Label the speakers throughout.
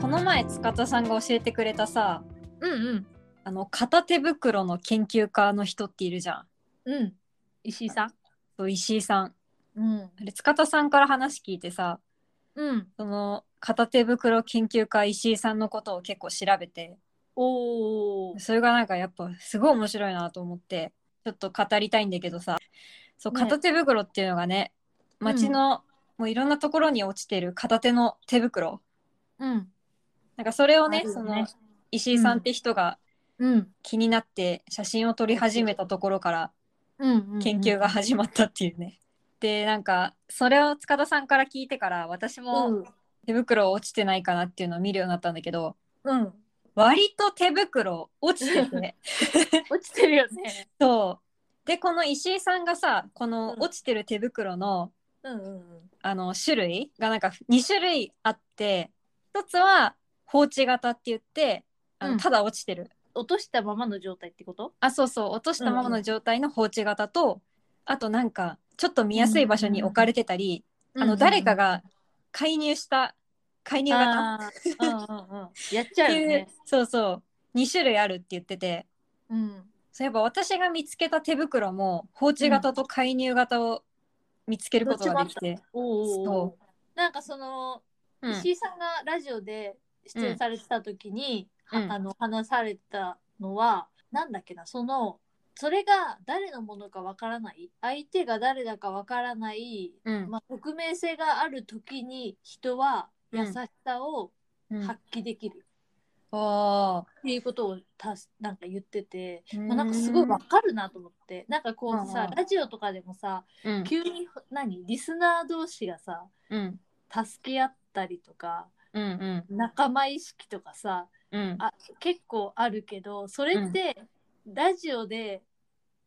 Speaker 1: この前塚田さんが教えてくれたさ
Speaker 2: うんうん
Speaker 1: あの片手袋の研究家の人っているじゃん
Speaker 2: うん石井さん
Speaker 1: そう石井さん
Speaker 2: うん
Speaker 1: あれ塚田さんから話聞いてさ
Speaker 2: うん
Speaker 1: その片手袋研究家石井さんのことを結構調べて
Speaker 2: おお
Speaker 1: それがなんかやっぱすごい面白いなと思ってちょっと語りたいんだけどさそう
Speaker 2: ね
Speaker 1: 片手袋っていうのがね街の、もういろんなところに落ちてる片手の手袋
Speaker 2: うん
Speaker 1: なんかそれを
Speaker 2: あ
Speaker 1: ね
Speaker 2: るよ
Speaker 1: そ
Speaker 2: ね
Speaker 1: の石井さんって人が
Speaker 2: うん
Speaker 1: 気になって写真を撮り始めたところから
Speaker 2: うん
Speaker 1: 研究が始まったっていうね。でなんかそれを塚田さんから聞いてから私
Speaker 2: う
Speaker 1: も
Speaker 2: ん
Speaker 1: 手袋落ちてないかなっていうのを見るようになったんだけど
Speaker 2: うん
Speaker 1: 割と手袋落ちて て
Speaker 2: 落ちてるよね
Speaker 1: そうでこの石井さんがさこの
Speaker 2: うん
Speaker 1: 落ちてる手袋の,、
Speaker 2: うんうん
Speaker 1: あの種類がなんか2種類あって一つは放置型って言ってあの、
Speaker 2: うん
Speaker 1: ただ落ちてる
Speaker 2: 落としたままの状態ってこと
Speaker 1: あそうそう落としたままの状態の放置型と、あとなんかちょっと見やすい場所に置かれてたり、あの誰かが介入した介入型っ
Speaker 2: あーうんうんうんやっちゃう
Speaker 1: てい
Speaker 2: よ
Speaker 1: う、
Speaker 2: ね
Speaker 1: そうそう2種類あるって言ってて
Speaker 2: うん
Speaker 1: そういえば私が見つけた手袋も放置型と介入型を見つけることができて、
Speaker 2: おーおー
Speaker 1: そ
Speaker 2: なんかその
Speaker 1: うん
Speaker 2: 石井さんがラジオで出演されてた時に、は
Speaker 1: うん
Speaker 2: あの話されたのはなんだっけなそのそれが誰のものかわからない相手が誰だかわからない、
Speaker 1: うん
Speaker 2: まあ、匿名性がある時に人は
Speaker 1: うん
Speaker 2: 優しさを
Speaker 1: うん
Speaker 2: 発揮できる
Speaker 1: あ
Speaker 2: っていうことをたすなんか言ってて、
Speaker 1: ー
Speaker 2: まあ、なんかすごいわかるなと思ってなんかこう
Speaker 1: うん
Speaker 2: さ
Speaker 1: うん
Speaker 2: ラジオとかでもさ
Speaker 1: うん
Speaker 2: 急に何リスナー同士がさ
Speaker 1: うん
Speaker 2: 助け合ったりとか
Speaker 1: うんうん
Speaker 2: 仲間意識とかさ
Speaker 1: うん
Speaker 2: あ結構あるけどそれってラジオで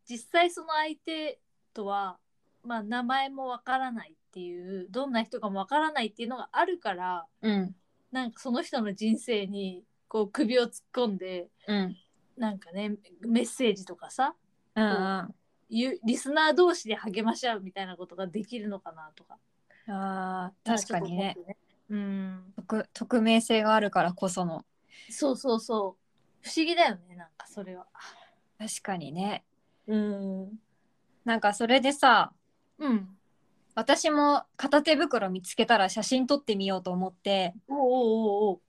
Speaker 2: 実際その相手とは、まあ、名前もわからないっていうどんな人かもわからないっていうのがあるから
Speaker 1: うん
Speaker 2: なんかその人の人生にこう首を突っ込んで
Speaker 1: うん
Speaker 2: なんかねメッセージとかさ
Speaker 1: うんうん
Speaker 2: ゆリスナー同士で励まし合うみたいなことができるのかなとか
Speaker 1: あー確かにね。
Speaker 2: うん、
Speaker 1: 匿匿名性があるからこその
Speaker 2: そうそうそう不思議だよねなんかそれは。
Speaker 1: 確かにね
Speaker 2: うん、
Speaker 1: なんかそれでさ
Speaker 2: うん、
Speaker 1: 私も片手袋見つけたら写真撮ってみようと思って
Speaker 2: おおおお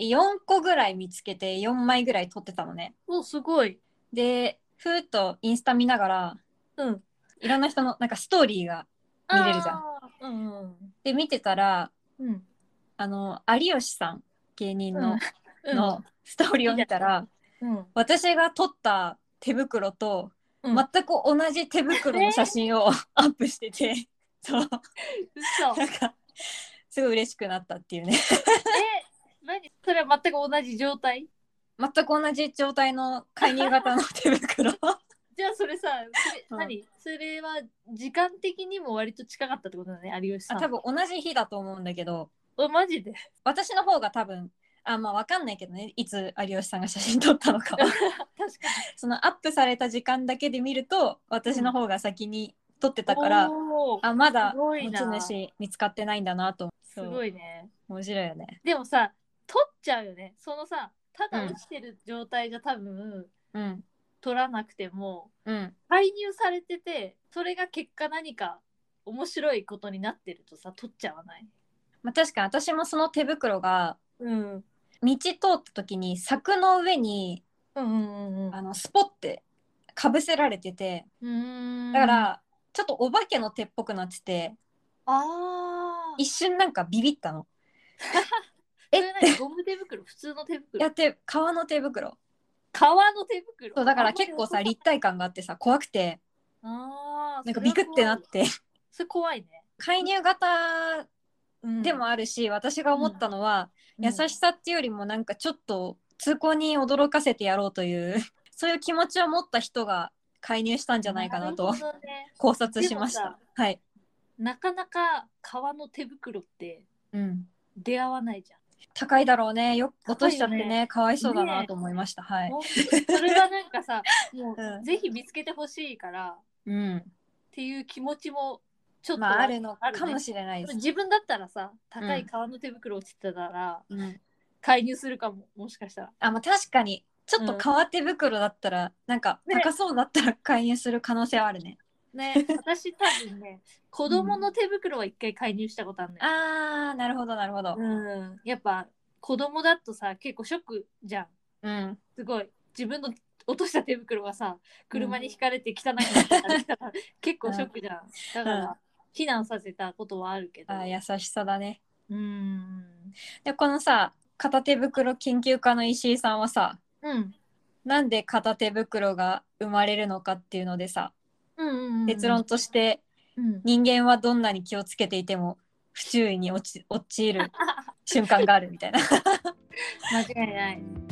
Speaker 1: 4個ぐらい見つけて4枚ぐらい撮ってたのね
Speaker 2: おすごい。
Speaker 1: でふーっとインスタ見ながら
Speaker 2: うん。
Speaker 1: いろんな人のなんかストーリーが見れるじゃん
Speaker 2: あー。うん
Speaker 1: で見てたら
Speaker 2: うん。うん。
Speaker 1: あの有吉さん芸人の,、
Speaker 2: うん。
Speaker 1: のストーリーを見たら
Speaker 2: うん。
Speaker 1: 私が撮った手袋と
Speaker 2: うん。
Speaker 1: 全く同じ手袋の写真を アップしてて、そう
Speaker 2: 嘘。
Speaker 1: なんかすごい嬉しくなったっていうね
Speaker 2: 何それは全く同じ状態
Speaker 1: 全く同じ状態の介入型の手袋
Speaker 2: じゃあそれさ、それ
Speaker 1: うん
Speaker 2: 何それは時間的にも割と近かったってことだね、有吉さ
Speaker 1: あ
Speaker 2: ん。
Speaker 1: 多分同じ日だと思うんだけど
Speaker 2: お、マジで。
Speaker 1: 私の方が多分あまあ分かんないけどねいつ有吉さんが写真撮ったのか
Speaker 2: 確か
Speaker 1: そのアップされた時間だけで見ると私の方が先に撮って
Speaker 2: に。
Speaker 1: たから、
Speaker 2: おー
Speaker 1: あまだ
Speaker 2: すごい
Speaker 1: 持
Speaker 2: な
Speaker 1: ち主見つかってないんだなと
Speaker 2: す
Speaker 1: そう
Speaker 2: ごいね。
Speaker 1: 面白いよね。
Speaker 2: でもさ、取っちゃうよね。そのさ、ただ
Speaker 1: うん
Speaker 2: 落ちてる状態じゃ多分、
Speaker 1: うん
Speaker 2: 取らなくても、
Speaker 1: うん
Speaker 2: 介入されててそれが結果何か面白いことになってるとさ取っちゃわない
Speaker 1: まあ、確かに私もその手袋が
Speaker 2: うんうん
Speaker 1: 道通った時に柵の上に
Speaker 2: うんうん
Speaker 1: あのスポってかぶせられてて
Speaker 2: うん
Speaker 1: だから、ちょっとお化けの手っぽくなってて
Speaker 2: あー
Speaker 1: 一瞬なんかビビったの。
Speaker 2: それ何ゴム手袋普通の手
Speaker 1: や
Speaker 2: 袋
Speaker 1: って革の手袋
Speaker 2: 革の手袋
Speaker 1: そうだから結構さ立体感があってさ怖くて
Speaker 2: あー
Speaker 1: なんかビクってなって
Speaker 2: それ怖いね、
Speaker 1: 介入型
Speaker 2: うん
Speaker 1: でもあるし、私が思ったのは、優しさっていうよりもなんかちょっと通行に驚かせてやろうという そういう気持ちを持った人が介入したんじゃないかなと
Speaker 2: るほどね
Speaker 1: 考察しまし
Speaker 2: でも
Speaker 1: た。はい、
Speaker 2: なかなか革の手袋って
Speaker 1: うん、
Speaker 2: 出会わないじゃん
Speaker 1: 高いだろうねよ
Speaker 2: 高いよね
Speaker 1: 落としちゃってねかわいそうだなと思いました。はい、
Speaker 2: 本当にそれはなんか さも
Speaker 1: うん
Speaker 2: うぜひ見つけてほしいからっ
Speaker 1: うん、
Speaker 2: ていう気持ちもちょっと
Speaker 1: まああるの
Speaker 2: あるね
Speaker 1: かもしれないです。
Speaker 2: 自分だったらさ高い革の手袋落ちてたら、
Speaker 1: うん、
Speaker 2: 介入するかももしかしたら
Speaker 1: あ、まあ確かにちょっと革手袋だったら、なんか
Speaker 2: ね
Speaker 1: 高そうだったら介入する可能性はあるね。
Speaker 2: ね 私多分ね子供の手袋は一回介入したことあるのよ、
Speaker 1: あーなるほどなるほど。
Speaker 2: うん、やっぱ子供だとさ結構ショックじゃん
Speaker 1: うん、
Speaker 2: すごい自分の落とした手袋がさ車にひかれて汚いなったら 結構ショックじゃん、だから、
Speaker 1: うん
Speaker 2: 避難させたことはあるけど
Speaker 1: あー優しさだね。
Speaker 2: うん
Speaker 1: でこのさ片手袋研究家の石井さんはさ
Speaker 2: うん
Speaker 1: なんで片手袋が生まれるのかっていうのでさ
Speaker 2: うんうん
Speaker 1: 結論、として
Speaker 2: うん、
Speaker 1: 人間はどんなに気をつけていても不注意に落ち陥る瞬間があるみたいな。
Speaker 2: 間違いない